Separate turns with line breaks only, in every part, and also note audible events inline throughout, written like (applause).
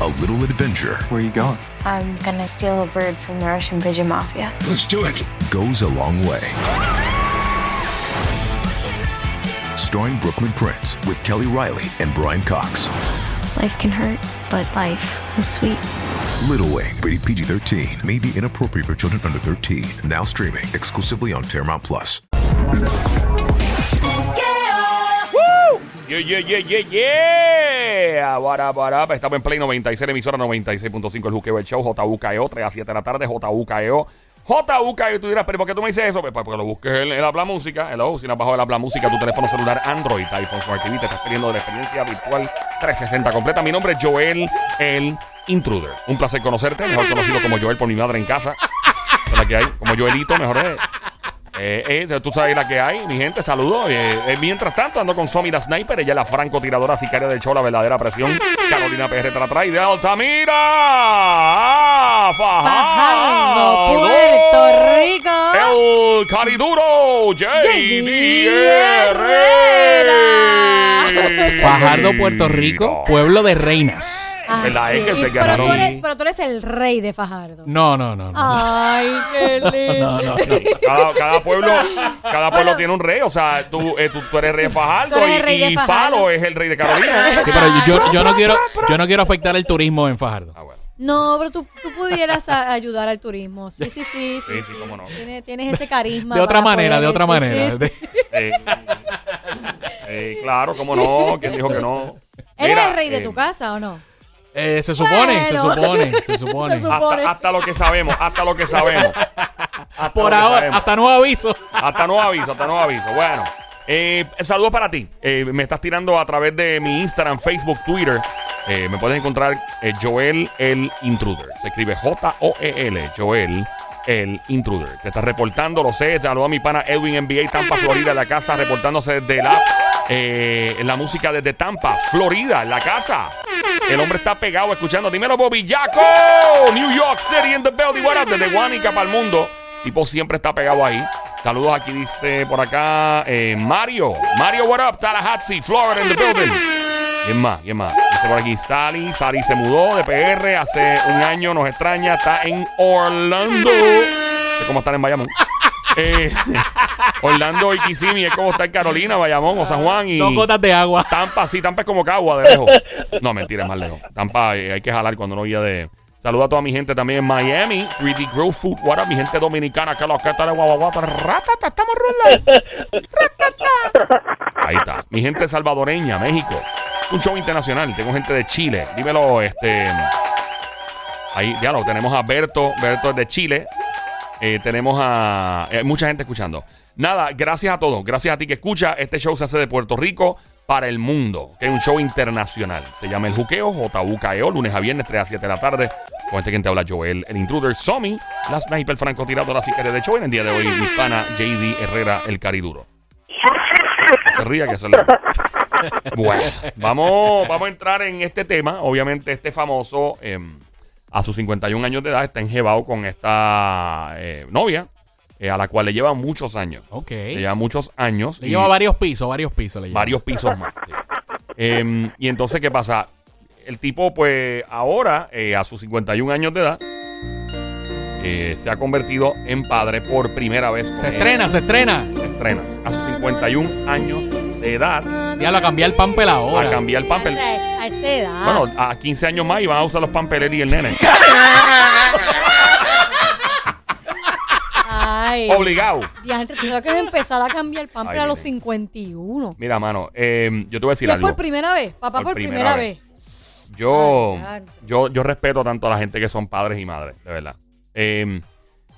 A little adventure
Where are you going?
I'm gonna steal a bird from the Russian pigeon mafia.
Let's do it.
goes a long way. Starring Brooklyn Prince with Kelly Riley and Brian Cox.
Life can hurt, but life is sweet.
Little Wing, rated PG 13, may be inappropriate for children under 13. Now streaming exclusively on Paramount Plus.
Yeah, yeah, yeah, yeah, yeah. Guara, guara. Estamos en Play 96, emisora 96.5, el Juqueo, el show, JUKEO, 3 E a 7 de la tarde, JUKEO. JUKEO, E tú dirás, pero ¿por qué tú me dices eso? Pues pues, porque lo busques en el Habla Música, hello, si no has bajado el Habla Música, tu teléfono celular Android, iPhone, Smart TV, te estás perdiendo de la experiencia virtual 360 completa. Mi nombre es Joel, el Intruder. Un placer conocerte, mejor conocido como Joel por mi madre en casa. Esa es la que hay, como Joelito, mejor es. Eh, eh, tú sabes la que hay, mi gente, saludos. Eh, eh, mientras tanto, ando con Somi la Sniper, ella es la francotiradora sicaria del show, la verdadera presión. Carolina PR te la trae de Altamira. ¡Ah! ¡Fajardo!
Fajardo, Puerto Rico.
El cariduro,
JD
JD Herrera.
Fajardo, Puerto Rico, pues, pueblo de reinas.
¿Verdad? Es que
Y-
te
pero,
ganaron.
tú eres, pero tú eres el rey de Fajardo.
No, no, no.
Ah.
no.
Ay,
(laughs)
qué lindo.
Cada,
(laughs)
cada pueblo, cada pueblo tiene un rey. O sea, tú, eh, tú, tú eres rey de Fajardo
Tú eres el rey
y,
de
y
Fajardo.
Falo es el rey de Carolina.
(laughs)
Sí, pero yo, yo- yo no quiero, yo no quiero afectar el turismo en Fajardo.
Ah, bueno.
No, pero tú, tú pudieras a- ayudar al turismo. Sí, sí, sí.
Sí, sí, cómo no.
Tienes, tienes ese carisma.
De otra
para
manera, de
poder
otra
eso,
manera.
sí, sí.
De-
(laughs) Eh, eh, claro, cómo no. ¿Quién dijo que no?
¿Eres
Mira,
el rey de
eh,
tu casa o no?
eh, se supone, se
Bueno. (laughs)
supone, se supone.
Se supone. Pobre.
Hasta, hasta lo que sabemos, hasta lo
(laughs)
que sabemos. Hasta
Por
lo que
ahora,
sabemos.
hasta nuevo aviso.
Hasta no aviso, hasta no aviso. Bueno, eh, saludos para ti. Eh, me estás tirando a través de mi Instagram, Facebook, Twitter. Eh, me puedes encontrar eh, Joel el Intruder. Se escribe J-O-E-L, Joel el Intruder. Te estás reportando, lo sé. Saludos a mi pana Edwin NBA, Tampa, Florida, en la casa, reportándose desde la, eh, la música desde Tampa, Florida, en la casa. El hombre está pegado escuchando. Dímelo, Bobby Jaco. New York City in the building. What up? Desde Guanica para el mundo. Tipo siempre está pegado ahí. Saludos aquí, dice por acá eh, Mario. Mario, what up? Tallahassee, Florida in the building. ¿Quién más? ¿Quién más? Dice por aquí Sally. Sally se mudó de PR hace un año, nos extraña. Está en Orlando. No sé cómo están en Bayamón. Eh, (laughs) Orlando y Kissimmee es como está en Carolina, Bayamón o San Juan. Y
Dos gotas de agua.
Tampa, sí, Tampa es como Cagua de lejos. No, mentira, es más lejos. Tampa eh, hay que jalar cuando uno guía de. Saluda a toda mi gente también en Miami, 3D Grow Food, what up, mi gente dominicana, que los que están de guaguaguata, ratata, estamos rulando. Ratata. Ahí está. Mi gente salvadoreña, México. Un show internacional, tengo gente de Chile. Dímelo, este. Ahí, ya lo tenemos a Berto, Berto es de Chile. Eh, tenemos a eh, mucha gente escuchando. Nada, gracias a todos. Gracias a ti que escucha. Este show se hace de Puerto Rico para el mundo, que es un show internacional. Se llama El Juqueo, JUKEO, E lunes a viernes, 3 a 7 de la tarde. Con este quien te habla Joel, el intruder, Somi, la sniper francotiradora, sicaria de show. En el día de hoy, mi pana JD Herrera, el cariduro. Se ría que se le- (laughs) Bueno, vamos, vamos a entrar en este tema. Obviamente, este famoso, eh, a sus 51 años de edad, está enjebado con esta eh, novia, eh, a la cual le lleva muchos años.
Ok.
Le
Le
lleva muchos años. y
lleva varios pisos, varios pisos. Le lleva.
varios pisos más. sí. Eh, y entonces, ¿qué pasa? El tipo, pues, ahora, eh, a sus 51 años de edad, eh, se ha convertido en padre por primera vez. con
Se
él.
estrena, se estrena.
Se estrena. A sus 51 años de edad,
Ya lo cambié el pan pelado.
a
ahora.
cambiar el papel.
A esa edad.
Bueno, a 15 años más y van a usar los pampeleri y el
(laughs)
nene.
Ay.
Obligado.
Diantre, tú sabes que empezar a cambiar el pamper
Ay,
a los
nene.
51.
Mira, mano, eh, yo te voy a
¿Y
decir
es
algo.
por primera vez? Papá
Por
por,
primera vez.
primera, vez.
Yo,
Ay, claro.
yo, yo respeto tanto a la gente que son padres y madres, de verdad. Eh,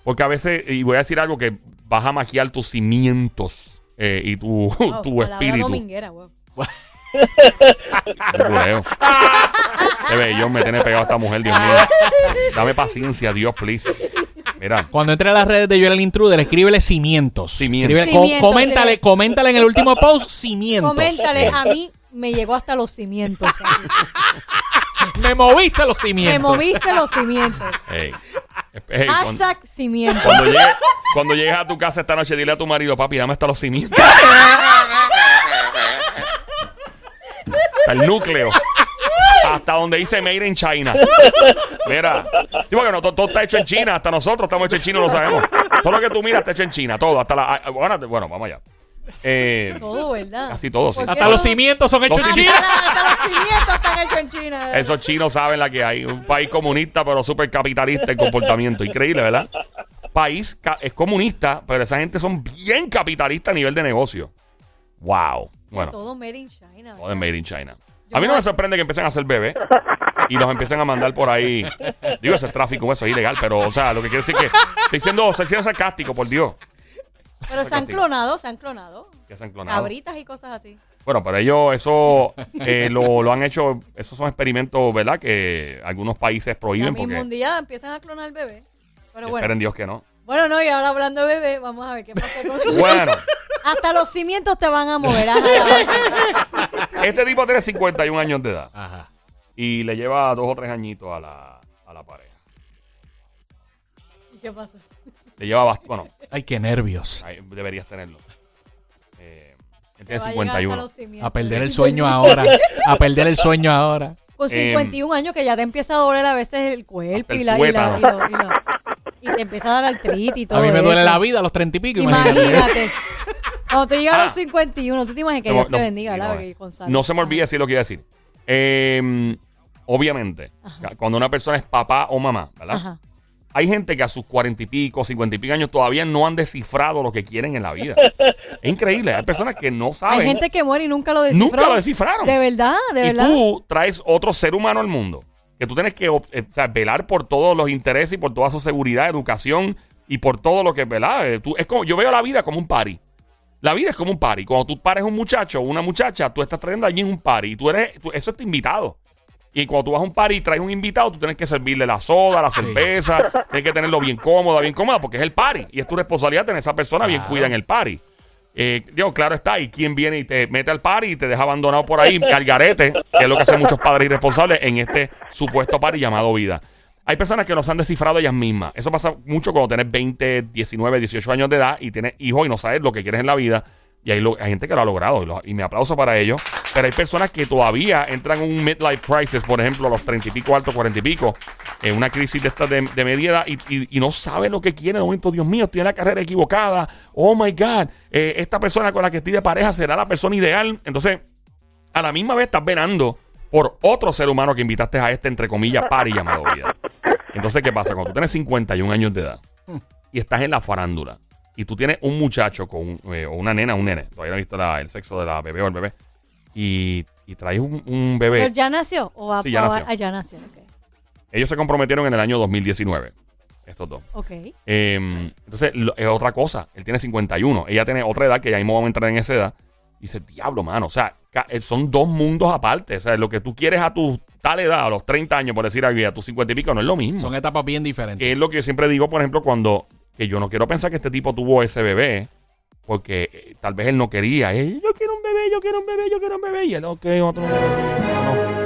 porque a veces, y voy a decir algo que vas a maquiar tus cimientos eh, y tu, (laughs)
Wow,
tu
Oh, palabra
(laughs) espíritu.
(laughs) dominguera, wow.
Un bureo. Qué bello me tiene pegado esta mujer, Dios mío. Dame paciencia, Dios, please. Mira.
Cuando entre a las redes de Joel el Intruder, escríbele cimientos.
Cimientos.
Escríbele- co-
Cimientos,
coméntale,
sí.
coméntale en el último post cimientos.
Coméntale, ah. a mí me llegó hasta los cimientos.
Me moviste los
me
cimientos.
moviste los cimientos.
Ey. Ey, cuando,
Hashtag cimientos.
cuando llegue- cuando llegues a tu casa esta noche, dile a tu marido, papi, dame hasta los cimientos. hasta el núcleo. Hasta donde dice Made in China. Mira. Sí, porque no, todo, todo está hecho en China. Hasta nosotros estamos hechos en China, lo sabemos. Todo lo que tú miras está hecho en China. Todo. Hasta la. Bueno, bueno, vamos allá. Eh,
Todo, ¿verdad?
Casi todo, sí.
¿Por qué
Hasta
no?
los cimientos son hechos
Los
en
Hasta,
China.
hasta los cimientos están hechos en China.
Esos chinos saben la que hay. Un país comunista, pero súper capitalista en comportamiento. Increíble, ¿verdad? País ca- es comunista, pero esa gente son bien capitalistas a nivel de negocio. ¡Wow! Bueno,
Todo made in China.
todo es
¿verdad?
made in China.
Yo
A mí no
voy-
me sorprende que empiecen a hacer bebés y los empiecen a mandar por ahí. Digo, ese es tráfico, eso es ilegal, pero, o sea, lo que quiere decir que. Estoy siendo, estoy siendo sarcástico, por Dios.
Pero se han clonado, se han clonado.
Que se han clonado.
Cabritas y cosas así.
Bueno, pero ellos eso eh, lo, lo han hecho, esos son experimentos, ¿verdad? Que algunos países
La
prohíben porque...
misma un día empiezan a clonar bebé. Pero
Esperen
bueno.
Dios que no.
Bueno, no, y ahora hablando de bebé, vamos a ver qué pasa con
Bueno,
Hasta los cimientos te van a
(laughs)
mover. ajá.
este tipo tiene 51 años de edad
Ajá.
y le lleva dos o tres añitos a la, a la pareja.
¿Qué pasa?
Le lleva bastante, bueno,
Ay, qué nervios.
ahí deberías tenerlo. Eh, él
Te
tiene
va a llegar hasta
51.
los cimientos.
A perder
(laughs)
el sueño ahora. A perder el sueño ahora.
Con
Em.
51 años que ya te empieza a doler a veces el cuerpo
Hasta el
y la, y, la- y
tuétano.
lo- y lo- y te empieza a dar artritis y todo
A mí me duele
eso.
la vida a los treinta y pico. Imagínate.
Imagínate. Cuando tú llegas a los 51, tú te imaginas que
No,
Dios te
Ah. no,
bendiga,
no,
¿verdad?
eh,
Que Gonzalo.
No se me olvide decir lo que iba a decir. Eh, obviamente, ca- cuando una persona es papá o mamá, ¿verdad?
Ajá.
Hay gente que a sus cuarenta y pico, cincuenta y pico años todavía no han descifrado lo que quieren en la
(laughs)
vida. es increíble. Hay personas que no saben.
Hay gente que muere y nunca lo descifró.
Ah, Nunca lo descifraron.
De verdad, de
y
verdad.
tú traes otro ser humano al mundo que tú tienes que ob- eh, o sea, velar por todos los intereses y por toda su seguridad, educación y por todo lo que ¿verdad? Eh, tú- es como, yo veo la vida como un party. La vida es como un party. Cuando tú pares un muchacho o una muchacha, tú estás trayendo allí un party. Y tú eres, tú- eso es tu invitado. Y cuando tú vas a un party y traes un invitado, tú tienes que servirle la soda, la cerveza, tienes que tenerlo bien cómoda, bien cómoda, porque es el party. Y es tu responsabilidad tener a esa persona bien cuida en el party. Eh, digo, claro está, y quien viene y te mete al party y te deja abandonado por ahí, cargarete, que es lo que hacen muchos padres irresponsables en este supuesto party llamado vida. Hay personas que no se han descifrado ellas mismas. Eso pasa mucho cuando tienes 20, 19, 18 años de edad y tienes hijos y no sabes lo que quieres en la vida. Y hay, lo- hay gente que lo ha logrado y, lo- y me aplauso para ello. Pero hay personas que todavía entran en un midlife crisis, por ejemplo, a los 30 y pico, altos 40 y pico, en una crisis de esta de, de media edad y, y- y no saben lo que quieren. De momento, Dios mío, estoy en la carrera equivocada. Oh my God, eh, esta persona con la que estoy de pareja será la persona ideal. Entonces, a la misma vez estás venando por otro ser humano que invitaste a este, entre comillas, par y llamado vida. Entonces, ¿qué pasa? Cuando tú tienes 51 años de edad y estás en la farándula y tú tienes un muchacho con, eh, o una nena, un nene, todavía no he visto la- el sexo de la bebé o el bebé, y, y traes un, un
¿Pero
bebé.
ya nació? ¿O va
Sí, ya
o va-
nació.
ah, ya nació, ok.
Ellos se comprometieron en el año 2019, estos dos.
Ok.
Eh, entonces, lo- es otra cosa. Él tiene 51. Ella tiene otra edad que ya mismo vamos a entrar en esa edad. Y dice, diablo, mano. O sea, ca- eh, son dos mundos aparte. O sea, lo que tú quieres a tu tal edad, a los 30 años, por decir algo, y a tus 50 y pico, no es lo mismo.
Son etapas bien diferentes.
Que es lo que yo siempre digo, por ejemplo, cuando que yo no quiero pensar que este tipo tuvo ese bebé, porque eh, tal vez él no quería. Eh, yo quiero un bebé, yo quiero un bebé, yo quiero un bebé. Y él, ok, otro. No,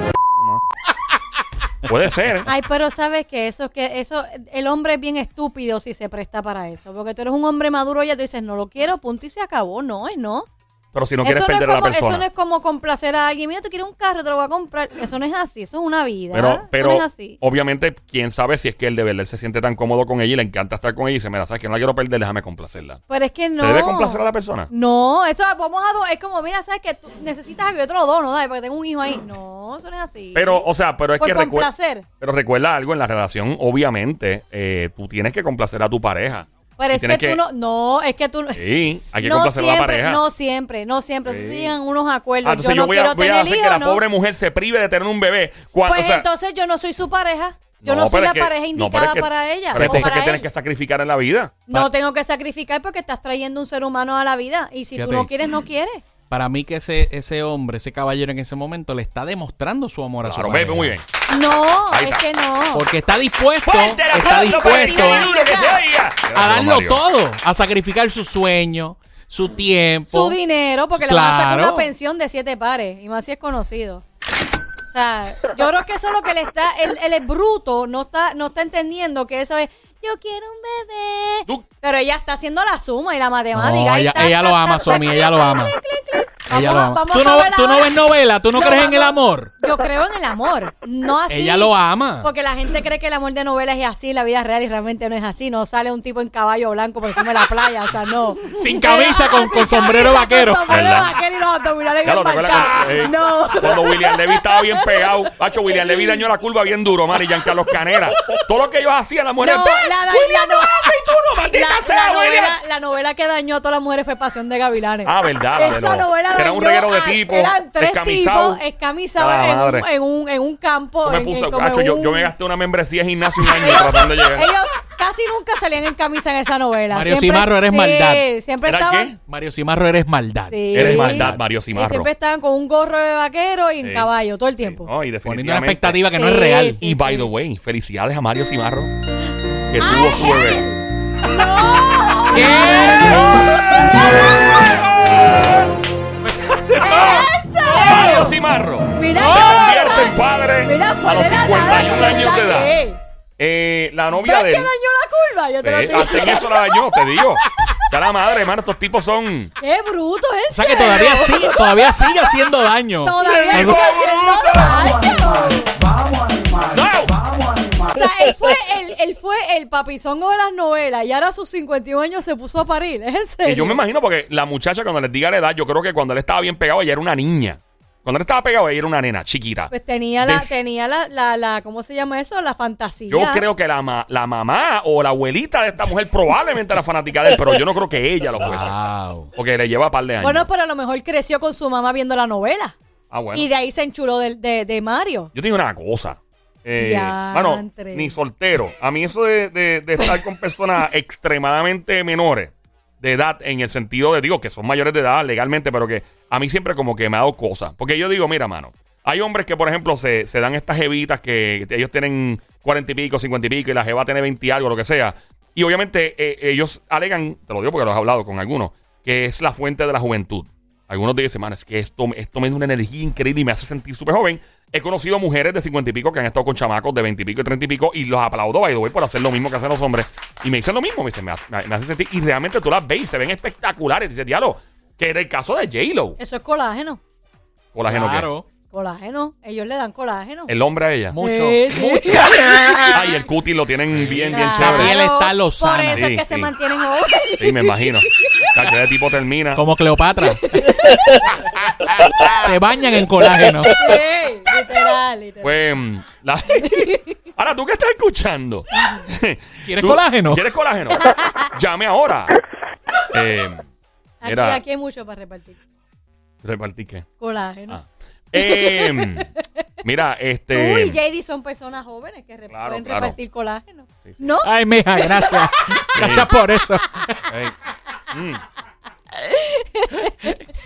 no. (laughs) Puede ser.
Ay, pero sabes que eso, que eso, el hombre es bien estúpido si se presta para eso. Porque tú eres un hombre maduro y ya tú dices, no lo quiero, punto y se acabó. No, es no.
Pero si no quieres
eso, no es
perder a la
como,
persona.
eso no es como complacer a alguien. Mira, tú quieres un carro, te lo voy a comprar. Eso no es así, eso es una vida.
Pero,
eso
pero
no es así.
obviamente, quién sabe si es que él de verdad se siente tan cómodo con ella y le encanta estar con ella y dice, mira, sabes que no la quiero perder, déjame complacerla.
Pero es que no.
¿Se debe complacer a la persona?
No, eso vamos a do- es como, mira, sabes que tú necesitas a que yo te lo dono, dale, para que tenga un hijo ahí. No, eso no es así.
Pero, o sea, pero es
Por
que recuerda...
complacer.
Pero recuerda algo, en la relación, obviamente, eh, tú tienes que complacer a tu pareja.
Pero
Y
es que,
tienes Ah,
tú no, no, es que tú no.
Sí, hay que
no
complacer a la
siempre,
pareja.
no siempre, no siempre. Se llegan unos acuerdos.
Ah, entonces
yo
yo,
no
voy,
quiero
a, voy a
tener
hacer
hijos,
que la
¿no?
pobre mujer se prive de tener un bebé. Cua-
Pues
o sea,
entonces yo no soy su pareja. Yo no,
no,
soy
pero
la
es que-
pareja
no,
indicada
pero es que-
para ella.
Pero hay
o
cosas
para
que
él.
tienes que sacrificar en la vida.
No tengo que sacrificar porque estás trayendo un ser humano a la vida. Y si tú
Fíjate.
no quieres, no quieres.
Para mí que ese, ese hombre, ese caballero en ese momento le está demostrando su amor a su
Claro,
pareja.
bebé, muy bien.
No,
Ahí
es
está.
que no.
Porque está dispuesto,
¡Fuerte el
está
aplauso para el
dispuesto
niño duro que se oiga!
a darlo
Mario.
todo, a sacrificar su sueño, su tiempo.
Su dinero, porque le van a sacar
Claro.
una pensión de siete pares, y más si es conocido. O sea, yo creo que eso es lo que le está, el, el bruto no está, no está entendiendo que eso es, yo quiero un bebé.
Tú-
Pero ella está haciendo la suma y la matemática.
No,
Ahí
ella-
está,
ella
ta,
lo
ta,
ama,
ta,
Somi,
clic,
ella lo
clic,
ama.
clic, clic, clic.
Ella
Vamos
lo
a-
ama.
vamos
¿Tú
a
no-
ver
tú no
ahora.
ves novela? ¿Tú no crees en el amor?
Yo creo en el amor, no así.
Ella lo ama.
Porque la gente cree que el amor de novela es así, la vida real y realmente no es así. No sale un tipo en caballo blanco por encima de la playa, o sea, no. (laughs)
Sin camisa, con-
ah,
con
sin (laughs)
sombrero
camisa,
vaquero.
Con sombrero
¿Verdad?
vaquero y los abdominales
Ya
bien
lo recuerda
marcados.
cuando, eh,
No.
cuando William Levy estaba bien pegado. Hacho, William Levy dañó la curva bien duro, man. Y Giancarlos Canera. Todo lo que ellos hacían, las mujeres.
No,
¡Ve!
la- la-
¡William
la-
no hace y tú no, maldita
La,
sea,
la
William!
novela, la novela que dañó a todas las mujeres fue Pasión de Gavilanes.
Ah, verdad, la de
Esa
los-
novela
que era un
dañó
reguero de
a-
tipos,
Eran tres
escamisados.
tipos escamisados
Ah,
en, un,
madre.
en, un, en un campo.
Eso me
en- en
puso,
como
Hacho, yo, yo me
un-
gasté una membresía de gimnasio
(laughs)
un año
ellos,
tratando de llegar.
ellos casi nunca salían en camisa en esa novela.
Mario Cimarro, eres
sí,
maldad.
Siempre
¿Era
estaban.
qué?
Mario Cimarro, eres maldad.
Sí.
Eres maldad, Mario
Y
Cimarro.
siempre estaban con un gorro de vaquero y en
Sí.
caballo todo el tiempo.
No, y
Poniendo una
definitivamente.
expectativa que no es
Sí,
real.
sí.
Y by the way, felicidades a Mario Cimarro. Que tuvo su bebé. (laughs) Mario Cimarro.
Mira,
se
qué
convierte en padre
Mira,
a los
fuera la
51
nada,
años de
¿verdad que
edad.
es?
Eh, la
¿Ves
novia de
que
él.
dañó la curva? Yo te lo
Eh,
estoy
hacen
diciendo.
eso la dañó, te digo. Ya la madre, hermano, estos tipos son.
¡Qué bruto es
O sea que todavía sí, todavía sigue haciendo daño.
Todavía
Nos-
sigue haciendo daño.
¡No!
O sea, él fue el, él fue el papizongo de las novelas y ahora a sus 51 años se puso a parir. ¿Es en serio?
Y yo me imagino porque la muchacha, cuando les diga la edad, yo creo que cuando él estaba bien pegado, ella era una niña. Cuando él estaba pegado, ella era una nena, chiquita.
Pues tenía la,
Des-
tenía la, la, la, ¿cómo se llama eso? La fantasía.
Yo creo que la, ma- la mamá o la abuelita de esta mujer probablemente era fanática de él, pero yo no creo que ella lo fuese.
Wow.
Porque le lleva par de años.
Ah. Bueno, pero a lo mejor creció con su mamá viendo la novela.
ah, bueno.
Y de ahí se enchuló del- de, de, Mario.
Yo te digo una cosa. Eh,
Diantre.
mano, ni soltero. A mí eso de, de- de estar con personas extremadamente menores de edad, en el sentido de, digo, que son mayores de edad legalmente, pero que a mí siempre como que me ha dado cosas. Porque yo digo, mira, mano, hay hombres que, por ejemplo, se, se dan estas jevitas que ellos tienen cuarenta y pico, cincuenta y pico, y la jeva tiene 20 y algo, lo que sea. Y obviamente eh, ellos alegan, te lo digo porque lo has hablado con algunos, que es la fuente de la juventud. Algunos te dicen, mano, es que esto, esto me da una energía increíble y me hace sentir súper joven. He conocido mujeres de 50 y pico que han estado con chamacos de 20 y pico y 30 y pico y los aplaudo, by the way, por hacer lo mismo que hacen los hombres. Y me dicen lo mismo, me dicen, me hace, me hace sentir. Y realmente tú las ves y se ven espectaculares. Dices, diablo, que era el caso de J-Lo.
Eso es colágeno.
Colágeno que-
Claro.
Colágeno. Ellos le dan colágeno.
El hombre a ella. (laughs)
Mucho.
Sí, sí.
Mucho.
Ay, el cutis lo tienen bien, bien
Claro.
La
chévere.
piel está lozana.
Por eso
Sí,
es que se
sí.
mantienen jóvenes.
Sí, me imagino. Cacho, ese tipo termina. Ah,
Como Cleopatra. Se bañan en colágeno.
Sí, literal, literal.
Pues, mm, la- (laughs) ahora tú que estás escuchando.
(laughs) ¿Quieres
¿Tú-
colágeno?
¿Quieres colágeno? Llame ahora. Eh,
aquí,
era-
aquí hay mucho para repartir.
repartí qué.
Colágeno.
Ah. Em, mira,
Tú
este.
y JD son personas jóvenes que re-
Claro,
pueden
claro.
repartir colágeno.
Sí, sí.
¿No?
Ay, mija, gracias. Gracias por eso.
Ey. Mm.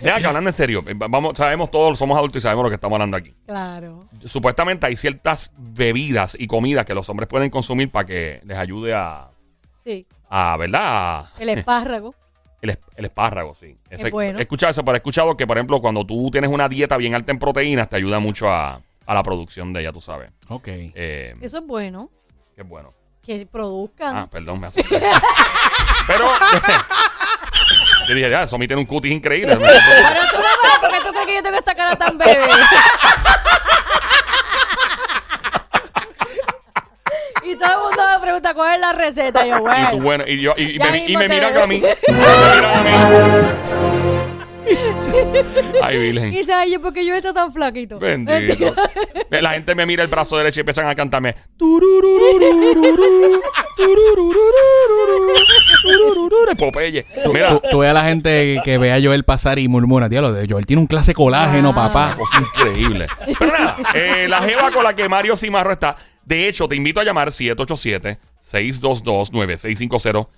Mira, que hablando en serio, eh, vamos, sabemos todos, somos adultos y sabemos lo que estamos hablando aquí.
Claro.
Supuestamente hay ciertas bebidas y comidas que los hombres pueden consumir para que les ayude a,
Sí.
a ¿verdad?
El espárrago.
El, es- el espárrago, sí. Ese-
bueno.
He escuchado eso, pero he escuchado que, por ejemplo, cuando tú tienes una dieta bien alta en proteínas, te ayuda mucho a, a la producción de ella, tú sabes.
Ok.
Eh,
Eso es bueno.
qué bueno.
Que produzcan.
Ah, perdón, me
(laughs)
asusté. pero... (laughs) yo dije, ya, Somi tiene un cutis increíble.
Pero tú no ves porque tú crees que yo tengo esta cara tan bebé. (laughs) y todo el mundo me pregunta cuál es la receta. Yo,
y tú,
bueno.
bueno, y, yo, y, y
Ya
me, y
mismo
me
te
miran
veo.
a mí. Y me miran
(laughs)
a mí. Ay,
Y
virgen.
dice, ay, ¿por qué yo estoy tan flaquito?
Bendito. La gente me mira el brazo derecho y empiezan a cantarme. Tururururururu, Popeye. Mira,
Tú, tú ve a la gente que ve a Joel pasar y murmura, diablo, de Joel tiene un clase de
Ah.
colágeno, papá.
cosa increíble. Pero nada, eh, la jeva con la que Mario Cimarro está. De hecho, te invito a llamar 787-622-9650.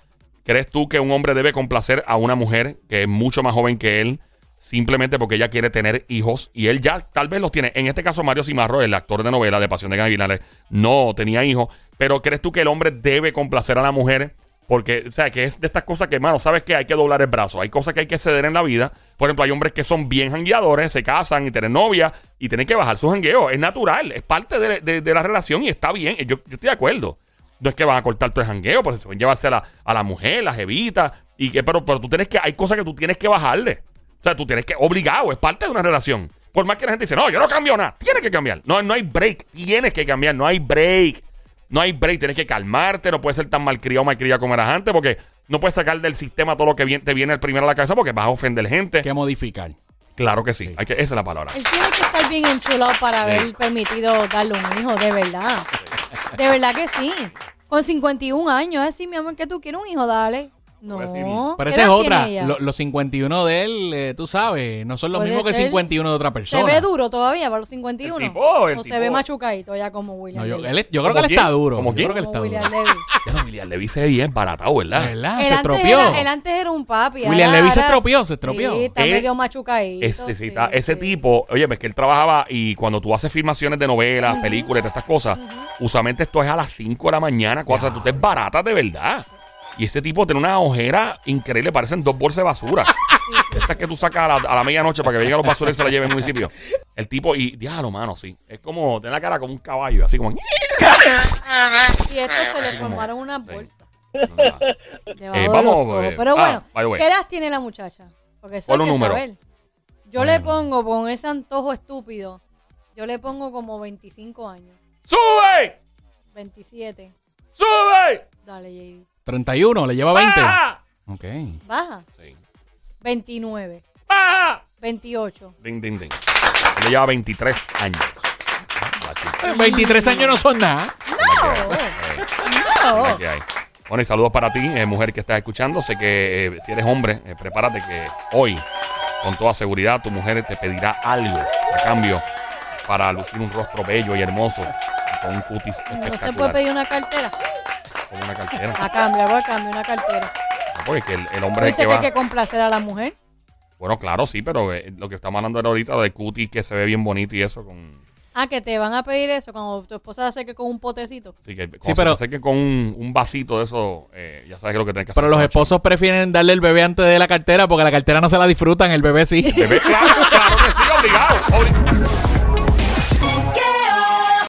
¿Crees tú que un hombre debe complacer a una mujer que es mucho más joven que él? simplemente porque ella quiere tener hijos y él ya tal vez los tiene. En este caso, Mario Cimarro, el actor de novela de Pasión de Gavilanes, no tenía hijos. Pero ¿crees tú que el hombre debe complacer a la mujer? Porque, o sea, que es de estas cosas que, mano, sabes que hay que doblar el brazo. Hay cosas que hay que ceder en la vida. Por ejemplo, hay hombres que son bien jangueadores, se casan y tienen novia y tienen que bajar sus jangueos. Es natural, es parte de, de- de la relación y está bien. Yo, yo estoy de acuerdo. No es que van a cortar todo el jangueo, porque se pueden llevarse a la, a la mujer, la jevita. Y que, pero, pero tú tienes que, hay cosas que tú tienes que bajarle. O sea, tú tienes que, obligado, es parte de una relación. Por más que la gente dice, no, yo no cambio nada. Tienes que cambiar. No, no hay break. Tienes que cambiar. No hay break. No hay break. Tienes que calmarte. No puedes ser tan malcriado o malcriado como eras antes. Porque no puedes sacar del sistema todo lo que vien- te viene primero a la cabeza porque vas a ofender gente.
que modificar.
Claro que sí. Hay que, esa es la palabra.
Él tiene que estar bien enchulado para haber permitido darle un hijo, de verdad. De verdad que sí. Con 51 años, es así, mi amor, que tú quieres un hijo, dale. No.
Pues
Pero
¿Qué
esa es
edad
otra.
tiene ella?
Lo- los 51 de él, eh, tú sabes, no son los
Puede
mismos que
ser.
51 de otra
¿Se
persona.
ve duro todavía para los 51?
El tipo, el
o
tipo.
se ve machucadito ya como William.
No, yo,
Levy?
él es- yo creo que
¿Como
él está
quién?
duro.
¿Como
yo
quién?
creo que él
Como
está
William
duro.
Levy.
Ya lo, William Levy se ve bien baratado, ¿verdad?
¿Verdad?
Él
Ah, Se
antes,
estropeó.
era, él antes era un papi.
William
ahora-
Levy se
ahora-
estropeó, se estropeó.
Sí, está
Él-
medio machucadito.
Ese, sí,
sí,
está- ese
sí.
tipo, oye, es que él trabajaba y cuando tú haces filmaciones de novelas, películas, todas estas cosas, usualmente esto es a las 5 de la mañana, 4 tú te baratas de verdad. Y este tipo tiene una ojera increíble, parecen dos bolsas de basura. (laughs) Estas que tú sacas a la, a la medianoche para que lleguen los basureros y se las lleven al municipio. El tipo, y diablo, mano, sí. Es como, tiene la cara como un caballo, así como. (laughs)
Y estos se le formaron unas bolsas. debajo
Eh,
de
vamos,
los ojos.
eh,
Pero
ah,
bueno,
by the way.
¿qué edad tiene la muchacha? Porque eso
Ponle
hay
un
que
número.
saber. Yo le pongo, con ese antojo estúpido, yo le pongo como 25 años.
¡Sube!
27.
¡Sube!
Dale, JD.
31, le lleva 20.
Ah.
¡Baja!
Ok.
Baja.
Sí.
29.
¡Baja!
28.
Ding, ding, ding. Él lleva 23 años. La chica.
Eh, 23 años no son nada.
No.
La que hay. Bueno, y saludos para ti, eh, mujer que estás escuchando. Sé que eh, si eres hombre, eh, prepárate que hoy, con toda seguridad, tu mujer te pedirá algo a cambio para lucir un rostro bello y hermoso y con un cutis
No se puede
espectacular.
pedir una cartera.
Con una cartera.
A cambio, hago a cambio, una cartera.
No, Porque es que el, el hombre es
Dice
el
que
que
hay
va.
que complacer a la mujer.
Bueno, claro, sí, pero eh, lo que estamos hablando era ahorita de cutis que se ve bien bonito y eso con.
Ah, que te van a pedir eso cuando tu esposa hace que con un potecito.
Sí, que,
Sí,
pero.
pero-
Sé que con un, un vasito de eso, eh, ya sabes que es lo que tienes que hacer.
Pero los esposos prefieren darle el bebé antes (laughs) de la cartera porque la cartera no se la disfrutan, el bebé sí.
Bebé, claro, claro que sí, obligado. obli-